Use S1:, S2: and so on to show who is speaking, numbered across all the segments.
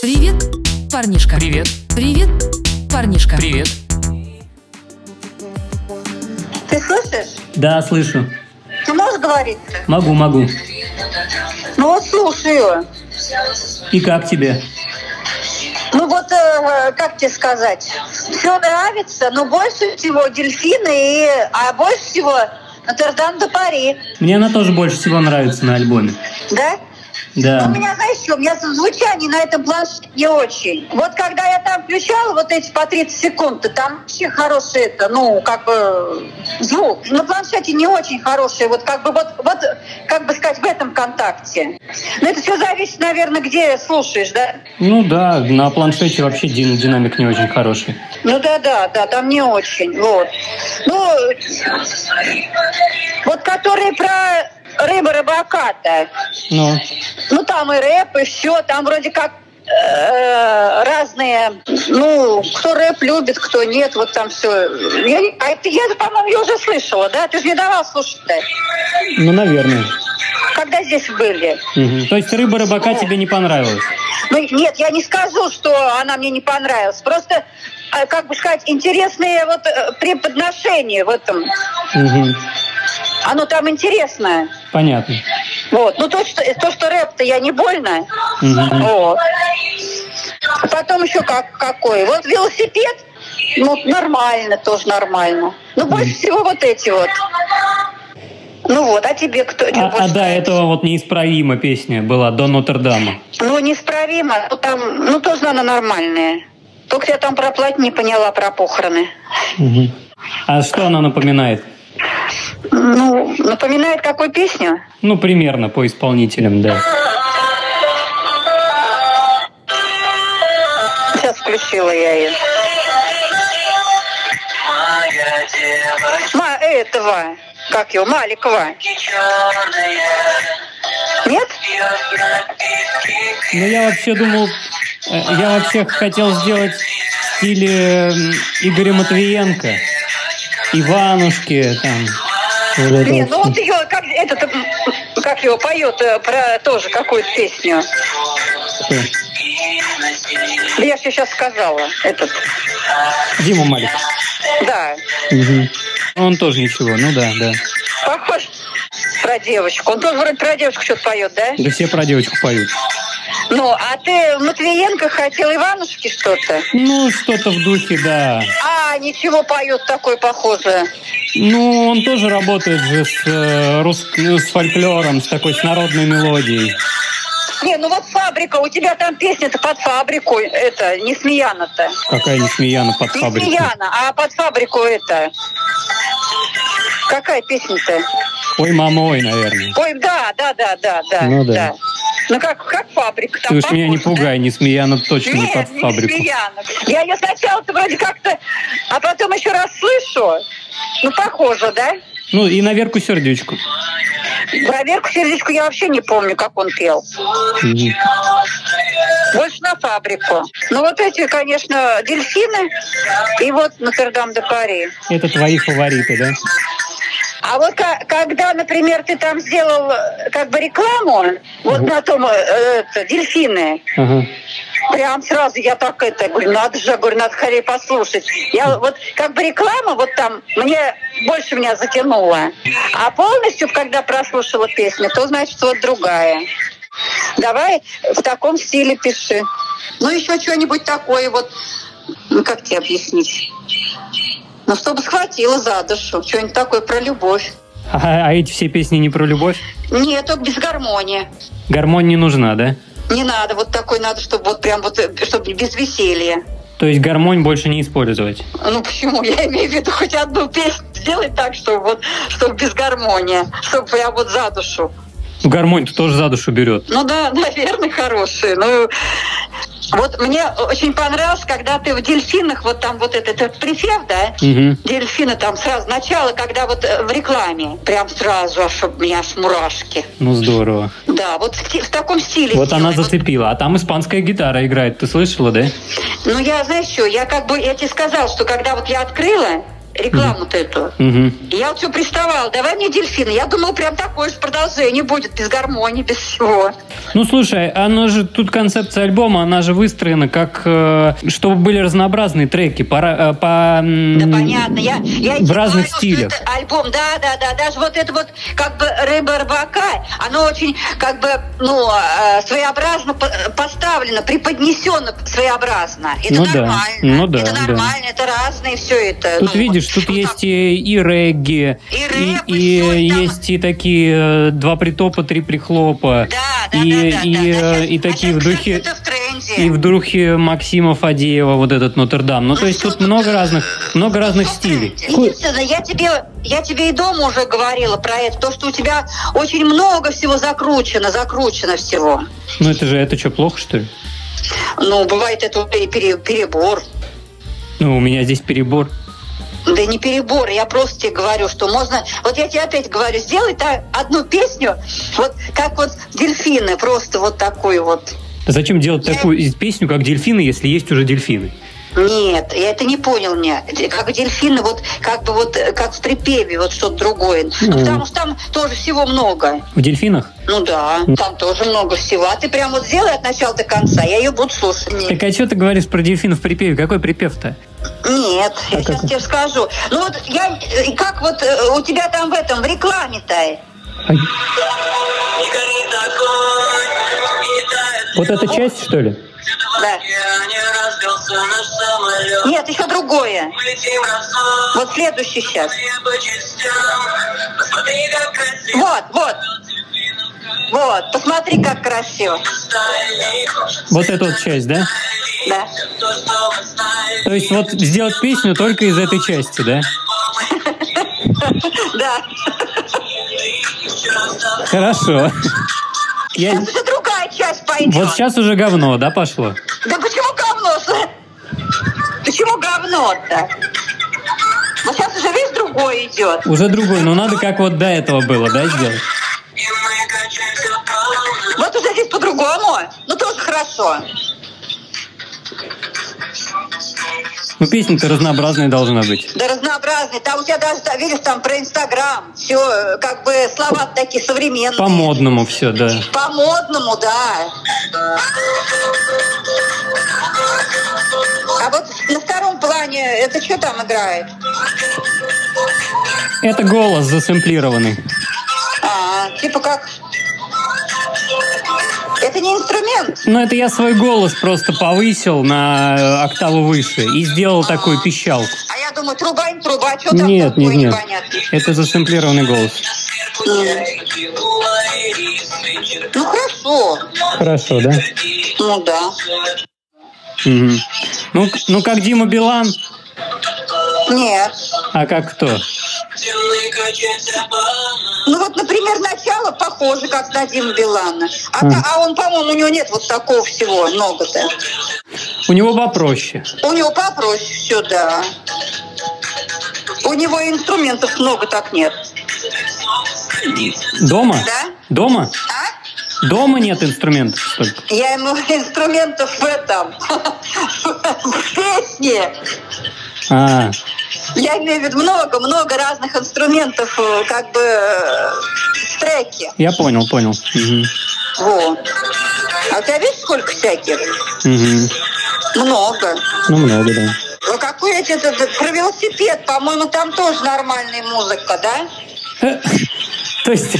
S1: Привет, парнишка.
S2: Привет,
S1: Привет, парнишка.
S2: привет.
S3: Ты слышишь?
S2: Да, слышу.
S3: Ты можешь говорить?
S2: Могу, могу.
S3: Ну вот слушаю.
S2: И как тебе?
S3: Ну вот, э, как тебе сказать, все нравится, но больше всего дельфины, и, а больше всего Нотр-Дам до Пари,
S2: Мне она тоже больше всего нравится на альбоме.
S3: да? Но У
S2: Да.
S3: меня, знаешь, что, у меня звучание на этом планшете не очень. Вот когда я там включала вот эти по 30 секунд, то там вообще хороший это, ну, как бы звук. На планшете не очень хороший, вот как бы вот, вот как бы сказать, в этом контакте. Но это все зависит, наверное, где слушаешь, да?
S2: Ну да, на планшете вообще дин- динамик не очень хороший.
S3: Ну да, да, да, там не очень. Вот. Ну, вот которые про рыбы рыбака-то.
S2: Ну,
S3: Ну там и рэп, и все, там вроде как э, разные, ну, кто рэп любит, кто нет, вот там все. Я, не- а это, я, по-моему, ее уже слышала, да? Ты же не давал слушать-то,
S2: ну наверное.
S3: когда здесь были.
S2: Мгм. То есть рыба рыбака тебе не понравилась?
S3: Ну, нет, я не скажу, что она мне не понравилась. Просто, э, как бы сказать, интересные вот э, преподношения в этом.
S2: Мгм.
S3: Оно там интересное.
S2: Понятно.
S3: Вот. Ну, то, что, то, что рэп-то я не больно.
S2: Мгм.
S3: Вот. А Потом еще как, какой. Вот велосипед, ну, нормально, тоже нормально. Но больше всего вот эти вот. Ну вот, а тебе кто?
S2: А,
S3: чё больше
S2: а до
S3: нравится?
S2: этого вот неисправима песня была до Нотр-Дама.
S3: Ну, неисправимо. Ну, там, ну, тоже, наверное, нормальные. Только я там про платье не поняла, про похороны.
S2: Мгм. А что она напоминает?
S3: Ну, напоминает какую песню?
S2: Ну, примерно по исполнителям, да.
S3: Сейчас включила я ее.
S4: Моя девочка
S3: Ма этого, как его, Маликова.
S4: черная,
S3: Нет?
S4: пьет напитки
S2: Ну, я вообще думал, э, я вообще хотел сделать в стиле м, Игоря Матвиенко, Иванушки, там. вот это
S3: Нет,
S2: вот
S3: ну
S2: всё.
S3: вот ее, как, этот, м, как его, поет э, про тоже какую-то песню. Да Я же сейчас сказала, этот,
S2: Дима Малик.
S3: да,
S2: Мгм. Он тоже ничего, ну да, да.
S3: похож про девочку. Он тоже вроде про девочку что-то поет, да?
S2: Да все про девочку поют.
S3: Ну, а ты Матвиенко хотел Иванушки что-то?
S2: Ну, что-то в духе, да.
S3: А, ничего поет такое похожее.
S2: Ну, он тоже работает же с, э, рус- ну, с фольклором, с такой с народной мелодией.
S3: Не, ну вот фабрика, у тебя там песня-то под фабрику, это, не смеяна-то.
S2: Какая несмеяна под
S3: Не
S2: фабрику.
S3: смеяна, а под фабрику это. Какая песня-то?
S2: Ой, мама, ой, наверное.
S3: Ой, да, да, да, да, да.
S2: Ну да.
S3: Ну как, как фабрика там?
S2: Ты уж меня не
S3: похоже, да?
S2: пугай, несмеяна точно не
S3: Нет,
S2: под
S3: не
S2: фабрику.
S3: Смеяна. Я ее сначала-то вроде как-то, а потом еще раз слышу. Ну, похоже, да?
S2: Ну, и на Верку Сердючку.
S3: Проверку сердечку я вообще не помню, как он пел.
S2: Мгм.
S3: Больше на фабрику. Ну, вот эти, конечно, дельфины и вот Нотр-Дам де Пари.
S2: Это твои фавориты, да?
S3: А вот ка- когда, например, ты там сделал э, как бы рекламу, вот на том э, э, это, дельфины,
S2: Ага.
S3: Прям сразу я так это говорю, надо же, говорю, надо скорее послушать. Я вот как бы реклама вот там мне больше меня затянула. А полностью, когда прослушала песню, то значит вот другая. Давай в таком стиле пиши. Ну еще что-нибудь такое вот, ну как тебе объяснить? Ну, чтобы схватило за душу, что-нибудь такое про любовь.
S2: А, а эти все песни не про любовь?
S3: Нет, только без гармонии.
S2: Гармонь не нужна, да?
S3: Не надо, вот такой надо, чтобы вот прям вот, э, чтобы без веселья.
S2: То есть гармонь больше не использовать.
S3: Ну почему? Я имею в виду хоть одну песню сделать так, чтобы вот, чтобы без гармонии, чтобы прям вот за душу.
S2: Ну, гармонь-то тоже за душу берет.
S3: Ну да, наверное, хорошие. Ну, вот мне очень понравилось, когда ты в дельфинах, вот там вот этот, этот припев, да,
S2: Мгм.
S3: дельфина там сразу, начало, когда вот э, в рекламе, прям сразу, аж у меня аж мурашки.
S2: Ну, здорово.
S3: Да, вот в, те- в таком стиле.
S2: Вот она
S3: сделай. Вот
S2: зацепила. А там испанская гитара играет. Ты слышала, да?
S3: Ну, я, знаешь что, я как бы, я тебе сказала, что когда вот я открыла, рекламу-то эту.
S2: Мгм.
S3: И Я вот все приставала, давай мне дельфины. Я думала, прям такое же продолжение будет, без гармонии, без всего.
S2: Ну слушай, она же тут концепция альбома, она же выстроена как э, чтобы были разнообразные треки по, ра- э, по м,
S3: Да понятно, я, я и
S2: в разных
S3: что
S2: стилях.
S3: это альбом, да, да, да, даже вот это вот как бы рыба рыбака, оно очень как бы, ну, э, своеобразно по- э, поставлено, преподнесено своеобразно. Это
S2: Ну да,
S3: нормально.
S2: ну да,
S3: это
S2: да.
S3: нормально, это разное все это.
S2: Тут
S3: ну,
S2: видишь,
S3: вот,
S2: тут
S3: ну,
S2: есть и, и регги,
S3: И рэп,
S2: и,
S3: и всё, и там-
S2: есть и такие э, два притопа, три прихлопа,
S3: там- Да, да,
S2: и,
S3: да, да,
S2: и,
S3: да,
S2: э,
S3: да, щас-
S2: и
S3: а
S2: такие
S3: щас,
S2: в
S3: кстати,
S2: духе
S3: это в тренде.
S2: и в духе Максима Фадеева вот этот Нотр-Дам. Ну то
S3: Ну,
S2: есть
S3: всё
S2: тут
S3: тут,
S2: много
S3: э,
S2: разных, много разных стилей. Ку-
S3: Единственное, я тебе, я тебе и дома уже говорила про это, то, что у тебя очень много всего закручено, закручено всего.
S2: Ну это же это что плохо что ли?
S3: Ну, бывает это уже и пере- перебор.
S2: Ну у меня здесь перебор.
S3: Да не перебор, я просто тебе говорю, что можно... Вот я тебе опять говорю, сделай та- одну песню, вот как вот дельфины, просто вот такую вот.
S2: Зачем делать такую из- песню, как дельфины, если есть уже дельфины?
S3: Нет, я это не понял мне. Как дельфины, вот как бы вот, э, как в припеве, вот что-то другое. Ну,
S2: Мгм.
S3: потому что там тоже всего много.
S2: В дельфинах?
S3: Ну да, там тоже много всего. А ты прям вот сделай от начала до конца, я ее буду слушать. Нет,
S2: Так а что ты говоришь про дельфинов в припеве? Какой припев-то?
S3: Нет, я
S2: А
S3: сейчас
S2: как?
S3: тебе скажу. Ну вот я, э, как вот э, у тебя там в этом, в рекламе-то?
S2: А-
S4: Не горит огонь, и не тает
S2: Вот эта часть, что ли?
S3: Да.
S4: Я не разбился наш самолет.
S3: Нет, еще другое.
S4: Мы летим росой.
S3: Вот следующий сейчас.
S4: Все по частям. Посмотри, как красиво.
S3: Вот, вот,
S4: Дельфинов
S3: вот. Посмотри, как красиво.
S4: стальник.
S2: Вот эта вот часть, да?
S3: Да.
S4: То, что мы знали.
S2: То есть вот сделать песню только из этой части, да?
S3: Да.
S2: Хорошо. Я...
S3: Сейчас уже другая часть пойдет.
S2: Вот сейчас уже говно, да, пошло?
S3: Да почему говно? с- Почему говно-то? Вот сейчас уже весь другой идет.
S2: Уже другой, но надо как вот до этого было, да, сделать?
S4: И мы качаемся по луне.
S3: Вот уже здесь по-другому. Ну тоже хорошо.
S2: Ну, песня-то разнообразная должна быть.
S3: Да разнообразный. Там у тебя даже, да, видишь, там про Инстаграм. Все, как бы слова такие современные.
S2: По-модному все, да.
S3: По-модному, да. А вот на втором плане это что там играет?
S2: Это голос засэмплированный.
S3: А, типа как... Это не инструмент.
S2: Ну, это я свой голос просто повысил на э, октаву выше и сделал такую пищалку.
S3: А я думаю, труба не труба, что Ну, там
S2: Нет,
S3: такое
S2: нет, нет.
S3: непонятно.
S2: Это засэмплированный голос.
S3: Ну хорошо.
S2: Хорошо, да?
S3: Ну да.
S2: Мгм. Ну, к- ну, как Дима Билан,
S3: Нет.
S2: а как кто?
S4: Мы качаемся по луне.
S3: Ну вот, например, начало похоже, как на Дима Билана. А,
S2: Мгм.
S3: та- а он, по-моему, у него нет вот такого всего много-то.
S2: У него попроще.
S3: У него попроще все, да. У него и инструментов много так нет.
S2: Дома?
S3: Да.
S2: Дома?
S3: А?
S2: Дома нет инструментов столько.
S3: Я ему инструментов в этом, в песне.
S2: А,
S3: Я имею в виду много-много разных инструментов э, как бы э, в треке.
S2: я понял, понял. Мгм.
S3: Во. А у тебя видишь, сколько всяких?
S2: Мгм.
S3: Много.
S2: Ну, много, да.
S3: Ну какой я тебе тут- про велосипед, по-моему, там тоже нормальная музыка, да?
S2: То есть,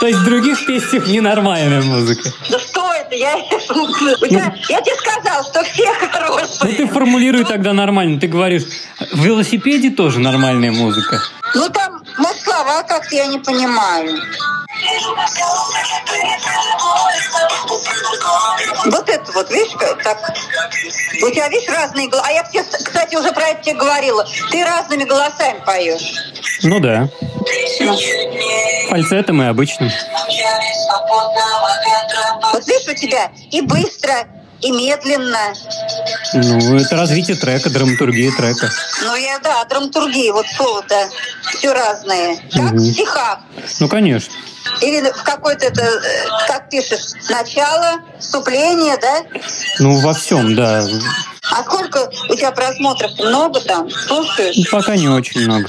S2: то есть в других песнях ненормальная музыка.
S3: Да что это? Я, у тебя- я тебе сказал, что все
S2: Ну
S3: хорошие.
S2: ты формулируй тогда нормально. Ты говоришь, в велосипеде тоже нормальная музыка.
S3: Ну там, может, слова как-то я не понимаю. Вот это вот, видишь, как- так. У тебя, видишь, разные голоса. А я, тебе, кстати, уже про это тебе говорила. Ты разными голосами поешь.
S2: Ну да.
S4: Тысячи дней
S2: Фальцетом и обычным.
S4: мчались попутного ветра по
S3: Вот видишь, у тебя и быстро, и медленно.
S2: Ну, это развитие трека, драматургия трека.
S3: Ну, я, да, драматургии, вот слово-то все разные. Как
S2: Мгм.
S3: в стихах.
S2: Ну, конечно.
S3: Или в какой-то это, э, как пишешь, начало, вступление, да?
S2: Ну, во всем, да.
S3: А сколько у тебя просмотров? Много там?
S2: Ну,
S3: Слушаешь?
S2: Пока не очень много.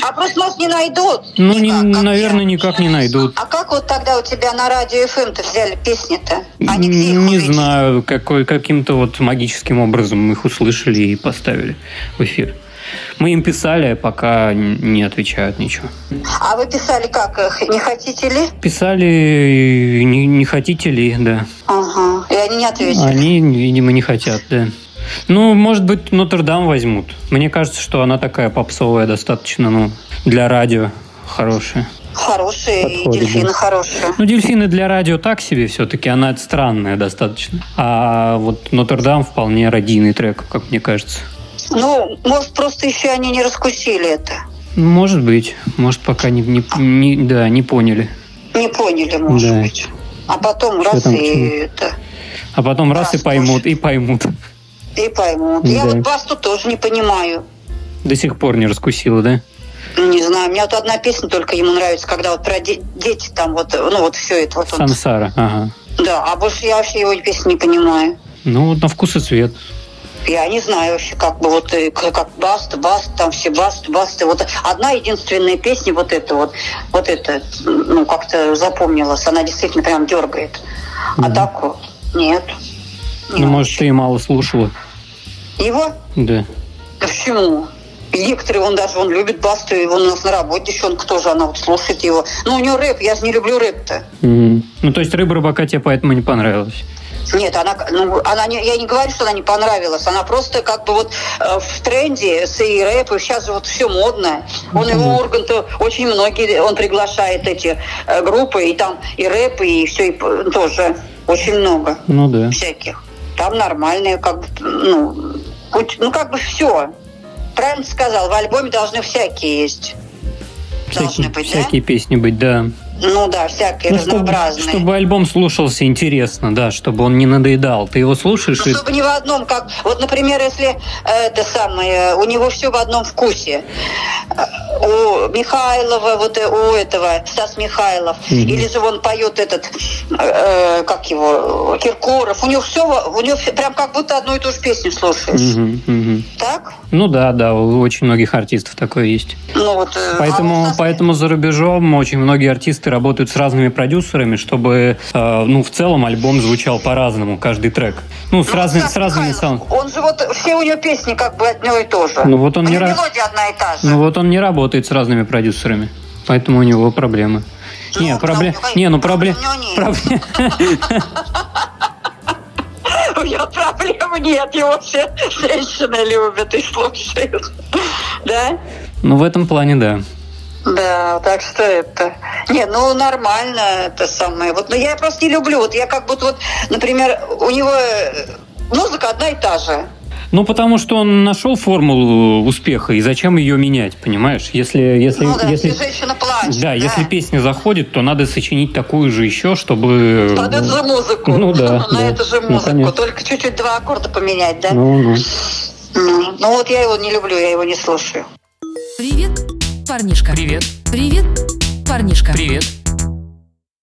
S3: А просто нас не найдут.
S2: Ну, не-
S3: никак, как
S2: наверное,
S3: я.
S2: никак не найдут.
S3: А как вот тогда у тебя на радио ФМ-то взяли песни-то? Они где А их
S2: Не
S3: увидели?
S2: знаю, какой, каким-то вот магическим образом мы их услышали и поставили в эфир. Мы им писали, а пока н- не отвечают ничего.
S3: А вы писали как их? Не хотите ли?
S2: Писали, и не, не хотите ли, да.
S3: Ага. И они не ответили.
S2: Они, видимо, не хотят, да. Ну, может быть, Нотр-Дам возьмут. Мне кажется, что она такая попсовая достаточно, ну, для радио хорошая.
S3: Хорошие
S2: А, Подходит,
S3: и дельфины
S2: да.
S3: хорошие.
S2: Ну, дельфины для радио так себе все-таки, она странная достаточно. А вот Нотр-Дам вполне родийный трек, как мне кажется.
S3: Ну, может, просто еще они не раскусили это.
S2: Ну, Может быть, может пока не, не, не- да, не поняли.
S3: Не поняли, может
S2: Да.
S3: быть. А потом раз
S2: там к
S3: и
S2: чему?
S3: это.
S2: А потом раз и
S3: Да,
S2: поймут, и поймут.
S3: И поймут. Я
S2: Да.
S3: вот басту тоже не понимаю. Ну,
S2: До сих пор не раскусила, да?
S3: Не знаю, у меня вот одна песня только ему нравится, когда вот про де- дети там вот, ну вот все это вот. он-
S2: Сансара, ага.
S3: Да, а больше я вообще его песни не понимаю.
S2: Ну, вот на вкус и цвет.
S3: Я не знаю вообще, как бы вот э, к- как баста, баста, там все баста, баста. Вот одна единственная песня, вот эта вот, вот эта, ну, как-то запомнилась. Она действительно прям дергает. А
S2: Мгм.
S3: так вот, нет.
S2: Ну, может, ты и мало слушала.
S3: Его?
S2: Да.
S3: Да Почему? И Некоторые, он даже, он любит басту, и он у нас на работе, девчонка тоже, она вот слушает его. Ну, у нее рэп, я же не люблю рэп-то.
S2: Мгм. Ну, то есть рыба рыбака тебе поэтому не понравилась.
S3: Нет, она, ну, она не, я не говорю, что она не понравилась, она просто как бы вот э, в тренде с и рэп, и сейчас же вот все модно. Он его Урганта очень многие, он приглашает эти э, группы, и там и рэп, и все, и п- тоже очень много
S2: Ну да.
S3: всяких. Там нормальные, как бы, ну, хоть- ну как бы все. Правильно ты сказал, в альбоме должны всякие есть.
S2: Всякие,
S3: Должны быть,
S2: всякие песни быть, да.
S3: да? Ну да, всякие
S2: Ну, чтобы,
S3: разнообразные.
S2: чтобы альбом слушался интересно, да, чтобы он не надоедал. Ты его слушаешь
S3: Ну,
S2: и...
S3: чтобы не в одном, как... Вот, например, если э, это самое, у него все в одном вкусе. Э, У Михайлова, вот э, у этого, Стас Михайлов.
S2: Мгм.
S3: Или же он поет этот, э, э, как его, Киркоров. У него все, у него всё- прям как будто одну и ту же песню слушаешь.
S2: Мгм, мгм.
S3: Так?
S2: Ну да, да, у очень многих артистов такое есть.
S3: Ну, вот, э, а у
S2: Поэтому,
S3: нас-
S2: поэтому за рубежом очень многие артисты работают с разными продюсерами, чтобы, э, ну, в целом альбом звучал по-разному, каждый трек. Ну, с,
S3: Ну,
S2: разными,
S3: Стас
S2: с разными
S3: Михайлов,
S2: саунд.
S3: Он же вот, все у него песни как бы одно и то же.
S2: Ну, вот он
S3: У
S2: не
S3: него
S2: раз-
S3: мелодия одна и та же.
S2: Ну, вот он не работает с разными продюсерами, поэтому у него проблемы.
S3: Ну,
S2: Не,
S3: да,
S2: проблем...
S3: у него-
S2: Не, ну, проблем...
S3: у него нет.
S2: проблем-
S3: У меня проблем нет, его все женщины любят и слушают. Да?
S2: Ну, в этом плане, да.
S3: Да, так что это. Не, ну нормально это самое. Вот, но я просто не люблю. Вот я как будто вот, например, у него э, музыка одна и та же.
S2: Ну, потому что он нашел формулу успеха, и зачем ее менять, понимаешь? Если, если,
S3: ну да,
S2: если,
S3: если женщина плачет.
S2: да, если песня заходит, то надо сочинить такую же еще, чтобы...
S3: Под эту же музыку.
S2: Ну да,
S3: На
S2: да.
S3: эту же
S2: Ну,
S3: музыку.
S2: конечно.
S3: Только чуть-чуть два аккорда поменять, да? Ну.
S2: Ну, ну.
S3: ну вот я его не люблю, я его не слушаю.
S1: Привет, парнишка. Привет. Привет, парнишка.
S5: Привет,